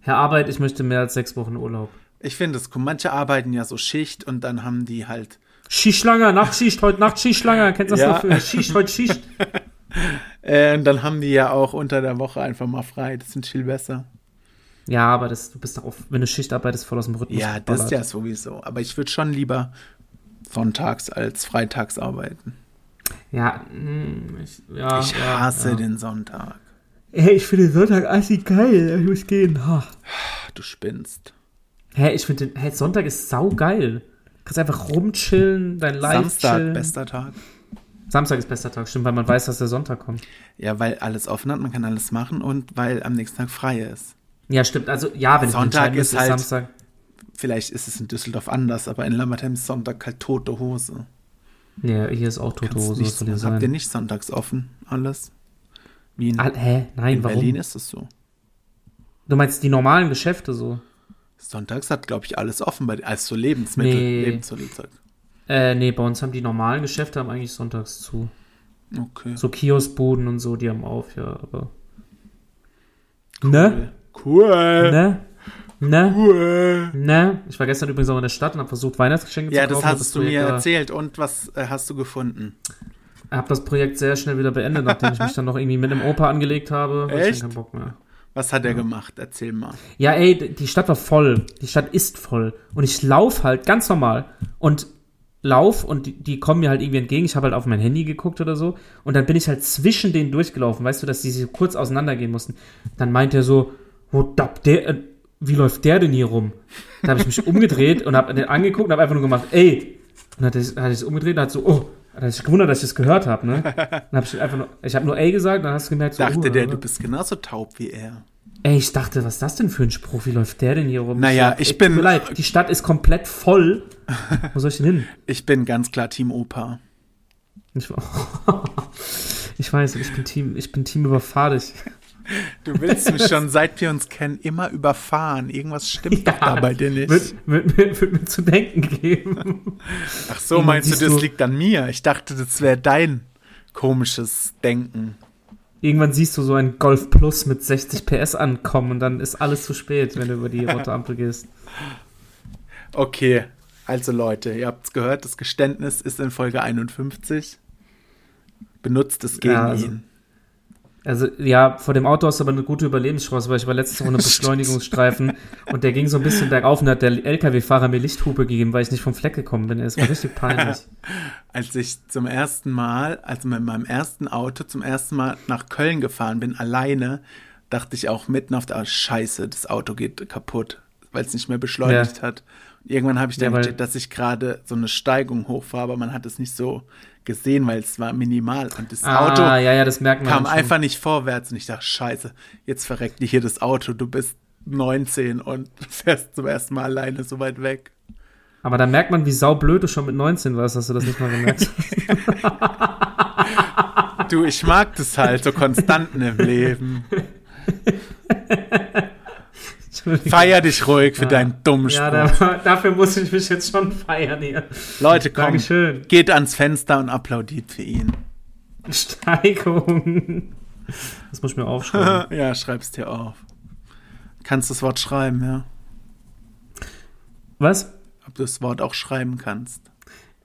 Speaker 2: Herr Arbeit, ich möchte mehr als sechs Wochen Urlaub.
Speaker 1: Ich finde es cool. Manche arbeiten ja so Schicht und dann haben die halt.
Speaker 2: Schichtlanger, Nachtschicht, heute Nachtschichtlanger. Kennst du das
Speaker 1: Ja.
Speaker 2: noch für Schicht, heute Schicht?
Speaker 1: Äh, und dann haben die ja auch unter der Woche einfach mal frei. Das sind viel besser.
Speaker 2: Ja, aber das, du bist doch auf, wenn du Schicht arbeitest, voll aus dem Rhythmus.
Speaker 1: Ja, das
Speaker 2: geballert.
Speaker 1: ja sowieso. Aber ich würde schon lieber sonntags als freitags arbeiten.
Speaker 2: Ja, mm, ich, ja,
Speaker 1: ich
Speaker 2: ja,
Speaker 1: hasse
Speaker 2: ja.
Speaker 1: den Sonntag.
Speaker 2: Hey, ich finde den Sonntag assi geil. Ich muss gehen. Ha.
Speaker 1: Ach, du spinnst.
Speaker 2: Hä, ich finde den. Hä, Sonntag ist saugeil. Kannst einfach rumchillen, dein Live
Speaker 1: Samstag,
Speaker 2: chillen.
Speaker 1: bester Tag.
Speaker 2: Samstag ist bester Tag, stimmt, weil man weiß, dass der Sonntag kommt.
Speaker 1: Ja, weil alles offen hat, man kann alles machen und weil am nächsten Tag frei ist.
Speaker 2: Ja, stimmt. Also, ja, wenn
Speaker 1: Sonntag
Speaker 2: ich mich entscheiden
Speaker 1: ist
Speaker 2: müsste,
Speaker 1: halt-
Speaker 2: Samstag.
Speaker 1: Vielleicht ist es in Düsseldorf anders, aber in Lammertheim ist Sonntag halt tote Hose.
Speaker 2: Ja, hier ist auch tote
Speaker 1: Kannst
Speaker 2: Hose.
Speaker 1: nicht,
Speaker 2: was soll hier
Speaker 1: habt ihr
Speaker 2: sein?
Speaker 1: nicht sonntags offen alles? Wie in,
Speaker 2: Ah, hä? Nein,
Speaker 1: in
Speaker 2: warum?
Speaker 1: Berlin ist es so.
Speaker 2: Du meinst die normalen Geschäfte so?
Speaker 1: Sonntags hat, glaube ich, alles offen, bei, also Lebensmittel,
Speaker 2: Nee.
Speaker 1: Lebensmittelzeug.
Speaker 2: Äh, nee, bei uns haben die normalen Geschäfte haben eigentlich sonntags zu.
Speaker 1: Okay.
Speaker 2: So Kioskboden und so, die haben auf, ja, aber. Ne?
Speaker 1: Cool.
Speaker 2: Ne? Ne?
Speaker 1: Cool.
Speaker 2: Ne? Ich war gestern übrigens auch in der Stadt und habe versucht, Weihnachtsgeschenke
Speaker 1: Ja,
Speaker 2: zu
Speaker 1: das
Speaker 2: kaufen.
Speaker 1: hast du mir
Speaker 2: erzählt.
Speaker 1: erzählt. Und was äh, hast du gefunden?
Speaker 2: habe das Projekt sehr schnell wieder beendet, nachdem ich mich dann noch irgendwie mit einem Opa angelegt habe. Hab ich dann
Speaker 1: Echt?
Speaker 2: keinen Bock mehr.
Speaker 1: Was hat er gemacht? Erzähl mal.
Speaker 2: Ja, ey, d- die Stadt war voll. Die Stadt ist voll. Und ich lauf halt ganz normal. Und lauf und die, die kommen mir halt irgendwie entgegen. Ich habe halt auf mein Handy geguckt oder so. Und dann bin ich halt zwischen denen durchgelaufen, weißt du, dass die sich kurz auseinandergehen mussten. Dann meint er so, wo dab der, äh, wie läuft der denn hier rum? Da habe ich mich umgedreht und habe den angeguckt und habe einfach nur gemacht, ey. Und dann hat er sich- hat er sich umgedreht und hat so, oh. Dann hat sich gewundert, dass ich das gehört habe, ne? Dann habe ich einfach nur, ich habe nur ey gesagt, dann hast du gemerkt, so,
Speaker 1: Dachte
Speaker 2: oh,
Speaker 1: der,
Speaker 2: aber-
Speaker 1: du bist genauso taub wie er.
Speaker 2: Ey, ich dachte, was ist das denn für ein Spruch? Wie läuft der denn hier rum?
Speaker 1: Naja,
Speaker 2: sag,
Speaker 1: ich
Speaker 2: ey,
Speaker 1: bin-
Speaker 2: Tut mir leid, die Stadt ist komplett voll. Wo soll ich denn hin?
Speaker 1: Ich bin ganz klar Team Opa.
Speaker 2: Ich, ich weiß, ich bin Team, ich bin Team überfadig.
Speaker 1: Du willst mich schon, seit wir uns kennen, immer überfahren. Irgendwas stimmt doch da bei dir nicht.
Speaker 2: Wird, wird, wird, wird mir zu denken geben.
Speaker 1: Ach so, meinst du,
Speaker 2: siehst
Speaker 1: das
Speaker 2: du-
Speaker 1: liegt an mir? Ich dachte, das wäre dein komisches Denken.
Speaker 2: Irgendwann siehst du so ein Golf Plus mit 60 PS ankommen und dann ist alles zu spät, wenn du über die rote Ampel gehst.
Speaker 1: Okay, also Leute, ihr habt's gehört, das Geständnis ist in Folge 51. Benutzt es gegen
Speaker 2: Ja, also-
Speaker 1: ihn.
Speaker 2: Also ja, vor dem Auto hast du aber eine gute Überlebenschance, weil ich war letztens auf einem Beschleunigungsstreifen und der ging so ein bisschen bergauf und hat der LKW-Fahrer mir Lichthupe gegeben, weil ich nicht vom Fleck gekommen bin. Es war richtig peinlich.
Speaker 1: Als ich zum ersten Mal, also mit meinem ersten Auto zum ersten Mal nach Köln gefahren bin, alleine, dachte ich auch mitten auf der oh, Scheiße, das Auto geht kaputt, weil es nicht mehr beschleunigt hat. Und irgendwann habe ich dann
Speaker 2: Ja, weil-
Speaker 1: gecheckt, dass ich gerade so eine Steigung hochfahre, aber man hat es nicht so gesehen, weil es war minimal und das
Speaker 2: Ah,
Speaker 1: Auto
Speaker 2: ja, ja, das merkt man.
Speaker 1: kam
Speaker 2: dann schon.
Speaker 1: einfach nicht vorwärts und ich dachte, scheiße, jetzt verreckt dir hier das Auto, du bist 19 und fährst zum ersten Mal alleine so weit weg.
Speaker 2: Aber da merkt man, wie saublöd du schon mit 19 warst, dass du das nicht mal gemerkt hast.
Speaker 1: Du, ich mag das halt, so Konstanten im Leben.
Speaker 2: Entschuldigung.
Speaker 1: Feier dich ruhig für deinen dummen Spruch.
Speaker 2: Ja, da, dafür muss ich mich jetzt schon feiern hier.
Speaker 1: Leute, komm,
Speaker 2: Dankeschön.
Speaker 1: geht ans Fenster und applaudiert für ihn.
Speaker 2: Steigung. Das muss ich mir aufschreiben.
Speaker 1: ja, schreib's dir auf. Kannst das Wort schreiben, ja.
Speaker 2: Was?
Speaker 1: Ob du das Wort auch schreiben kannst.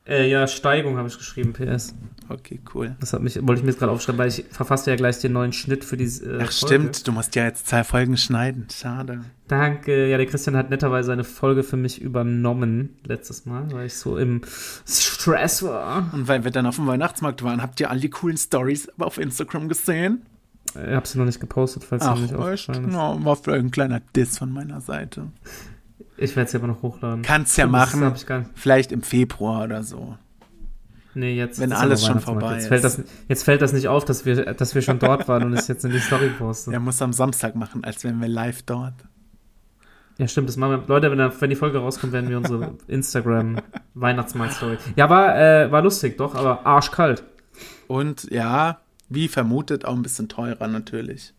Speaker 2: Äh, ja, Steigung habe ich geschrieben, PS.
Speaker 1: Okay, cool.
Speaker 2: Das hat mich, wollte ich mir jetzt gerade aufschreiben, weil ich verfasse ja gleich den neuen Schnitt für die. Äh,
Speaker 1: Ach,
Speaker 2: Folge.
Speaker 1: stimmt, du musst ja jetzt zwei Folgen schneiden. Schade.
Speaker 2: Danke. Ja, der Christian hat netterweise seine Folge für mich übernommen letztes Mal, weil ich so im Stress war.
Speaker 1: Und weil wir dann auf dem Weihnachtsmarkt waren, habt ihr all die coolen Stories auf Instagram gesehen?
Speaker 2: Ich habe sie noch nicht gepostet, falls
Speaker 1: Ach,
Speaker 2: sie nicht
Speaker 1: echt?
Speaker 2: aufgefallen ist.
Speaker 1: Ja, war vielleicht ein kleiner Diss von meiner Seite.
Speaker 2: Ich werde sie aber noch hochladen.
Speaker 1: Kannst ja
Speaker 2: Stimmt, das
Speaker 1: machen.
Speaker 2: hab ich gar nicht.
Speaker 1: Vielleicht im Februar oder so.
Speaker 2: Nee, jetzt
Speaker 1: Wenn
Speaker 2: ist
Speaker 1: alles
Speaker 2: aber
Speaker 1: schon
Speaker 2: Weihnachtsmarkt.
Speaker 1: vorbei
Speaker 2: jetzt
Speaker 1: ist.
Speaker 2: Fällt das, jetzt fällt das nicht auf, dass wir, dass wir schon dort waren und es jetzt in die Story posten.
Speaker 1: Er
Speaker 2: Ja,
Speaker 1: muss am Samstag machen, als wären wir live dort.
Speaker 2: stimmt. Das machen wir. Leute, wenn, da- wenn die Folge rauskommt, werden wir unsere Instagram-Weihnachtsmarkt-Story. Ja, war, äh, war lustig, doch, aber arschkalt.
Speaker 1: Und ja, wie vermutet, auch ein bisschen teurer natürlich.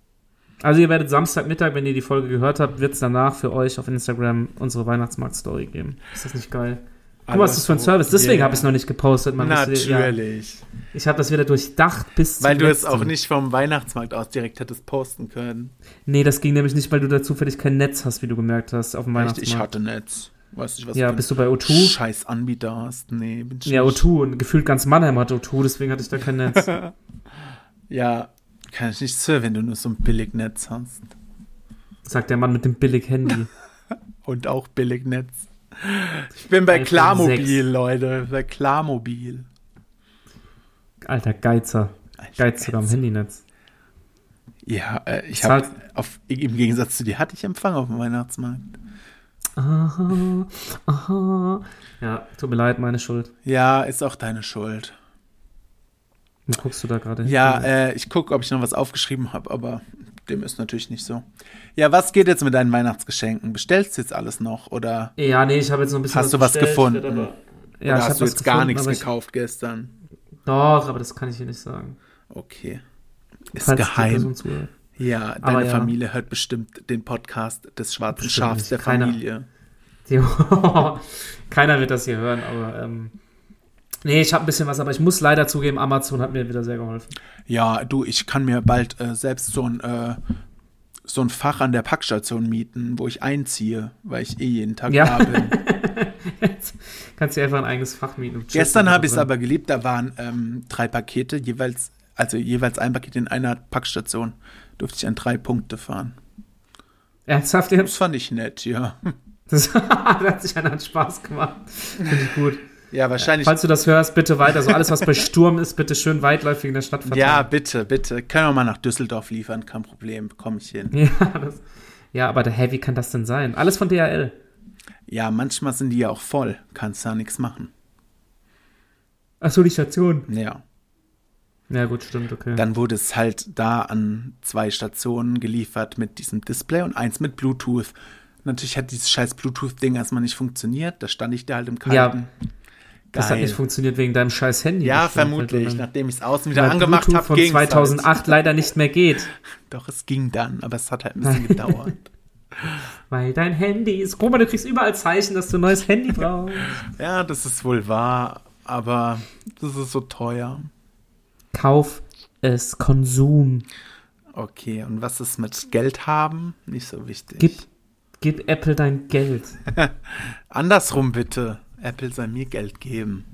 Speaker 2: Also ihr werdet Samstagmittag, wenn ihr die Folge gehört habt, wird es danach für euch auf Instagram unsere Weihnachtsmarkt-Story geben. Ist das nicht geil? Guck mal, was das für ein Service. Deswegen habe ich es noch nicht gepostet. Man müsste- ja.
Speaker 1: Natürlich.
Speaker 2: Ich habe das wieder durchdacht bis zum
Speaker 1: Weil du es
Speaker 2: letzten.
Speaker 1: auch nicht vom Weihnachtsmarkt aus direkt hättest posten können.
Speaker 2: Nee, das ging nämlich nicht, weil du da zufällig kein Netz hast, wie du gemerkt hast, auf dem
Speaker 1: Echt, ich
Speaker 2: Weihnachtsmarkt.
Speaker 1: hatte Netz. Weiß nicht, was
Speaker 2: Ja,
Speaker 1: für ein
Speaker 2: bist du bei O2?
Speaker 1: scheiß Anbieter hast. Nee, bin ich
Speaker 2: Ja,
Speaker 1: nicht.
Speaker 2: O2 und gefühlt ganz Mannheim hat O2, deswegen hatte ich da kein Netz.
Speaker 1: Ja, kann ich nicht für, wenn du nur so ein Billignetz hast.
Speaker 2: Sagt der Mann mit dem Billig-Handy.
Speaker 1: Und auch Billignetz. Ich bin bei
Speaker 2: iPhone
Speaker 1: Klarmobil,
Speaker 2: 6.
Speaker 1: Leute. Bei Klarmobil.
Speaker 2: Alter, Geizer.
Speaker 1: Alter,
Speaker 2: Geiz sogar am
Speaker 1: Geiz.
Speaker 2: Handynetz.
Speaker 1: Ja, äh, ich
Speaker 2: Zahlt-
Speaker 1: habe im Gegensatz zu dir hatte ich Empfang auf dem Weihnachtsmarkt.
Speaker 2: Aha, aha. Ja, tut mir leid, meine Schuld.
Speaker 1: Ja, ist auch deine Schuld.
Speaker 2: Wo guckst du da gerade hin?
Speaker 1: Ja, äh, ich gucke, ob ich noch was aufgeschrieben habe, aber dem ist natürlich nicht so. Ja, was geht jetzt mit deinen Weihnachtsgeschenken? Bestellst du jetzt alles noch oder
Speaker 2: Ja, nee, ich habe jetzt noch ein bisschen
Speaker 1: äh, Hast du was
Speaker 2: bestellt,
Speaker 1: gefunden?
Speaker 2: aber- Ja,
Speaker 1: oder
Speaker 2: ich habe
Speaker 1: hast du
Speaker 2: was
Speaker 1: jetzt gar
Speaker 2: gefunden,
Speaker 1: nichts
Speaker 2: aber ich-
Speaker 1: gekauft gestern?
Speaker 2: Doch, aber das kann ich hier nicht sagen.
Speaker 1: Okay. Ist
Speaker 2: Falls die
Speaker 1: geheim.
Speaker 2: Person zuhört.
Speaker 1: Ja, deine
Speaker 2: ja.
Speaker 1: Familie hört bestimmt den Podcast des schwarzen
Speaker 2: Bestimmt
Speaker 1: Schafs
Speaker 2: nicht.
Speaker 1: der
Speaker 2: Keiner.
Speaker 1: Familie.
Speaker 2: Die- Keiner wird das hier hören, aber ähm, nee, ich habe ein bisschen was, aber ich muss leider zugeben, Amazon hat mir wieder sehr geholfen.
Speaker 1: Ja, du, ich kann mir bald äh, selbst so ein, äh, so ein Fach an der Packstation mieten, wo ich einziehe, weil ich eh jeden Tag
Speaker 2: Ja.
Speaker 1: da bin.
Speaker 2: Kannst dir einfach ein eigenes Fach mieten. und
Speaker 1: Gestern
Speaker 2: chillen.
Speaker 1: habe ich es aber geliebt, da waren ähm, drei Pakete, jeweils, also jeweils ein Paket in einer Packstation. Durfte ich an drei Punkte fahren.
Speaker 2: Ernsthaft jetzt?
Speaker 1: Das fand ich nett, ja.
Speaker 2: Das, da hat sich einer Spaß gemacht. Finde ich gut.
Speaker 1: Ja, wahrscheinlich.
Speaker 2: Falls du das hörst, bitte weiter. So alles, was bei Sturm ist, bitte schön weitläufig in der Stadt
Speaker 1: Ja,
Speaker 2: verteilen.
Speaker 1: bitte, bitte. Können wir mal nach Düsseldorf liefern, kein Problem, komme ich hin.
Speaker 2: Ja, das, ja aber der, hä, wie kann das denn sein? Alles von DHL.
Speaker 1: Ja, manchmal sind die ja auch voll, kannst da nichts machen.
Speaker 2: Achso, die Station.
Speaker 1: Ja.
Speaker 2: Ja, gut, stimmt, okay.
Speaker 1: Dann wurde es halt da an zwei Stationen geliefert mit diesem Display und eins mit Bluetooth. Natürlich hat dieses scheiß Bluetooth-Ding erstmal nicht funktioniert. Da stand ich da halt im Kalten.
Speaker 2: Ja,
Speaker 1: Geil.
Speaker 2: das hat nicht funktioniert wegen deinem scheiß Handy.
Speaker 1: Ja,
Speaker 2: bestimmt.
Speaker 1: vermutlich.
Speaker 2: Weil
Speaker 1: Nachdem ich es außen wieder
Speaker 2: Bluetooth
Speaker 1: angemacht habe,
Speaker 2: von
Speaker 1: ging
Speaker 2: 2008 leider nicht mehr geht.
Speaker 1: Doch, es ging dann, aber es hat halt ein bisschen gedauert.
Speaker 2: Weil dein Handy ist. Guck mal, du kriegst überall Zeichen, dass du ein neues Handy brauchst.
Speaker 1: Ja, das ist wohl wahr, aber das ist so teuer.
Speaker 2: Kauf es, Konsum.
Speaker 1: Okay, und was ist mit Geld haben? Nicht so wichtig.
Speaker 2: Gib, gib Apple dein Geld.
Speaker 1: Andersrum bitte. Apple soll mir Geld geben.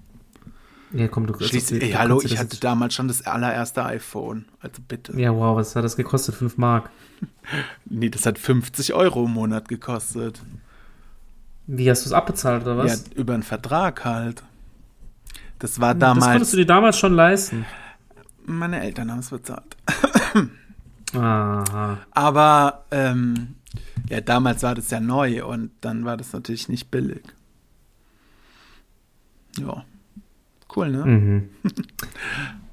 Speaker 2: Ja, komm, du kriegst
Speaker 1: Schließlich, ey, hallo, ich hatte damals schon das allererste iPhone. Also bitte.
Speaker 2: Ja, wow, was hat das gekostet? 5 Mark.
Speaker 1: Nee, das hat 50 Euro im Monat gekostet.
Speaker 2: Wie hast du es abbezahlt oder was?
Speaker 1: Ja, über einen Vertrag halt. Das war
Speaker 2: Das
Speaker 1: damals.
Speaker 2: konntest du dir damals schon leisten.
Speaker 1: meine Eltern haben es bezahlt.
Speaker 2: Aha.
Speaker 1: Aber ähm, ja, damals war das ja neu und dann war das natürlich nicht billig. Ja. Cool, ne?
Speaker 2: Mhm.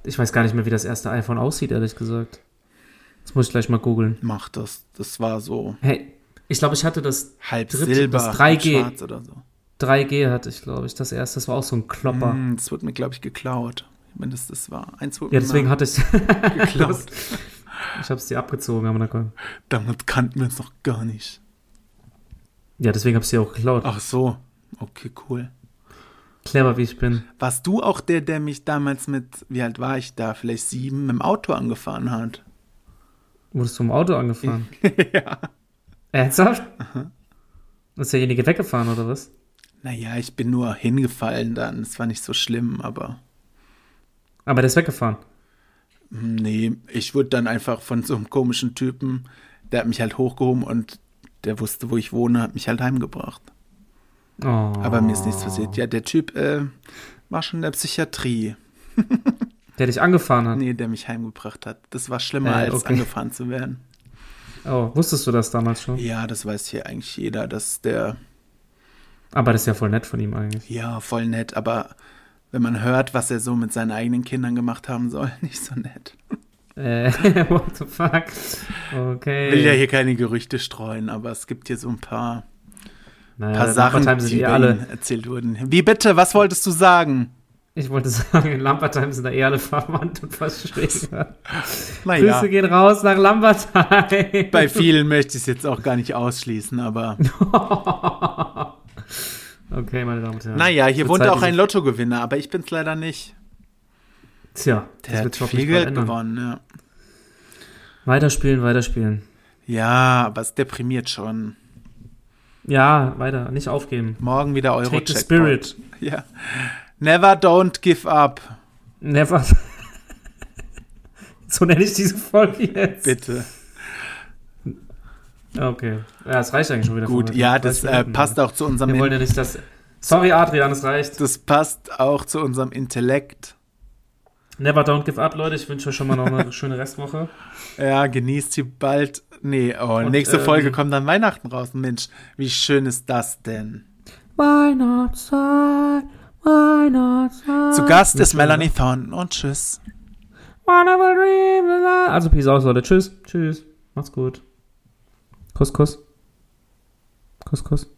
Speaker 2: Ich weiß gar nicht mehr, wie das erste iPhone aussieht, ehrlich gesagt. Das muss ich gleich mal googeln.
Speaker 1: Mach das. Das war so
Speaker 2: Hey, ich glaube, ich hatte das
Speaker 1: halb
Speaker 2: Dritte,
Speaker 1: silber,
Speaker 2: das
Speaker 1: halb
Speaker 2: 3G.
Speaker 1: schwarz oder so.
Speaker 2: 3G hatte ich, glaube ich. Das erste, das war auch so ein Klopper.
Speaker 1: Hm, das wurde mir, glaube ich, geklaut. Wenn das das war. Eins wurde
Speaker 2: Mhm. Ja,
Speaker 1: mir
Speaker 2: deswegen
Speaker 1: mal
Speaker 2: hatte ich
Speaker 1: geklaut.
Speaker 2: Ich habe es dir abgezogen, aber na komm.
Speaker 1: Damit kannten wir uns noch gar nicht.
Speaker 2: Ja, deswegen habe ich dir auch geklaut.
Speaker 1: Ach so. Okay, cool.
Speaker 2: Clever, wie ich bin.
Speaker 1: Warst du auch der, der mich damals mit, wie alt war ich da? Vielleicht sieben, mit dem Auto angefahren hat?
Speaker 2: Wurdest du im Auto angefahren? ja. Ernsthaft? Ist derjenige weggefahren oder was?
Speaker 1: Naja, ich bin nur hingefallen dann. Es war nicht so schlimm, aber
Speaker 2: Aber der ist weggefahren.
Speaker 1: hm, nee, ich wurde dann einfach von so einem komischen Typen, der hat mich halt hochgehoben und der wusste, wo ich wohne, hat mich halt heimgebracht.
Speaker 2: Oh.
Speaker 1: Aber mir ist nichts passiert. Ja, der Typ äh, war schon in der Psychiatrie.
Speaker 2: Der dich angefahren hat.
Speaker 1: Nee, der mich heimgebracht hat. Das war schlimmer,
Speaker 2: Äh,
Speaker 1: als
Speaker 2: okay.
Speaker 1: angefahren zu werden.
Speaker 2: Oh, wusstest du das damals schon?
Speaker 1: Ja, das weiß hier eigentlich jeder, dass der,
Speaker 2: Aber das ist ja voll nett von ihm eigentlich.
Speaker 1: ja, voll nett, aber wenn man hört, was er so mit seinen eigenen Kindern gemacht haben soll, nicht so nett.
Speaker 2: Äh, what the fuck? Okay.
Speaker 1: Ich will ja hier keine Gerüchte streuen, aber es gibt hier so ein paar
Speaker 2: naja,
Speaker 1: paar
Speaker 2: in
Speaker 1: Sachen,
Speaker 2: Lampertheim
Speaker 1: die
Speaker 2: sind eh
Speaker 1: über
Speaker 2: alle.
Speaker 1: ihn erzählt wurden. Wie bitte? Was wolltest du sagen?
Speaker 2: Ich wollte sagen, in Lampertheim sind da eh alle verwandt und verschwägert.
Speaker 1: Naja,
Speaker 2: Grüße gehen raus nach Lampertheim.
Speaker 1: bei vielen möchte ich es jetzt auch gar nicht ausschließen, aber
Speaker 2: okay, meine Damen und Herren.
Speaker 1: naja, hier
Speaker 2: Zur
Speaker 1: wohnt
Speaker 2: Zeit
Speaker 1: auch ein
Speaker 2: dieses-
Speaker 1: Lottogewinner, aber ich bin's leider nicht.
Speaker 2: Jahr.
Speaker 1: Der hat
Speaker 2: sich
Speaker 1: viel
Speaker 2: nicht bald
Speaker 1: Geld
Speaker 2: ändern.
Speaker 1: gewonnen, ne? ja.
Speaker 2: Weiterspielen, weiterspielen.
Speaker 1: Ja, aber es deprimiert schon.
Speaker 2: Ja, weiter. Nicht aufgeben.
Speaker 1: Morgen wieder euro
Speaker 2: Take the spirit.
Speaker 1: Ja. Never don't give up,
Speaker 2: Never. so nenne ich diese Folge jetzt.
Speaker 1: bitte.
Speaker 2: Okay. Ja, das reicht eigentlich schon wieder.
Speaker 1: Gut,
Speaker 2: für heute.
Speaker 1: ja, das äh, passt auch zu unserem
Speaker 2: Wir wollen ja nicht, dass. Sorry, Adrian, es reicht.
Speaker 1: Das passt auch zu unserem Intellekt.
Speaker 2: Never don't give up, Leute. Ich wünsche euch schon mal noch eine schöne Restwoche.
Speaker 1: Ja, genießt sie bald. Nee, oh,
Speaker 2: Und,
Speaker 1: nächste
Speaker 2: ähm,
Speaker 1: Folge kommt dann Weihnachten raus. Mensch, wie schön ist das denn?
Speaker 2: Weihnachtszeit, Weihnachtszeit.
Speaker 1: Zu Gast ist
Speaker 2: Nicht mehr,
Speaker 1: Melanie Thornton und tschüss.
Speaker 2: Wonderful dream. la, la. Also, peace aus, Leute. Tschüss. Tschüss. Macht's gut. Kuss, Kuss. Kuss, Kuss.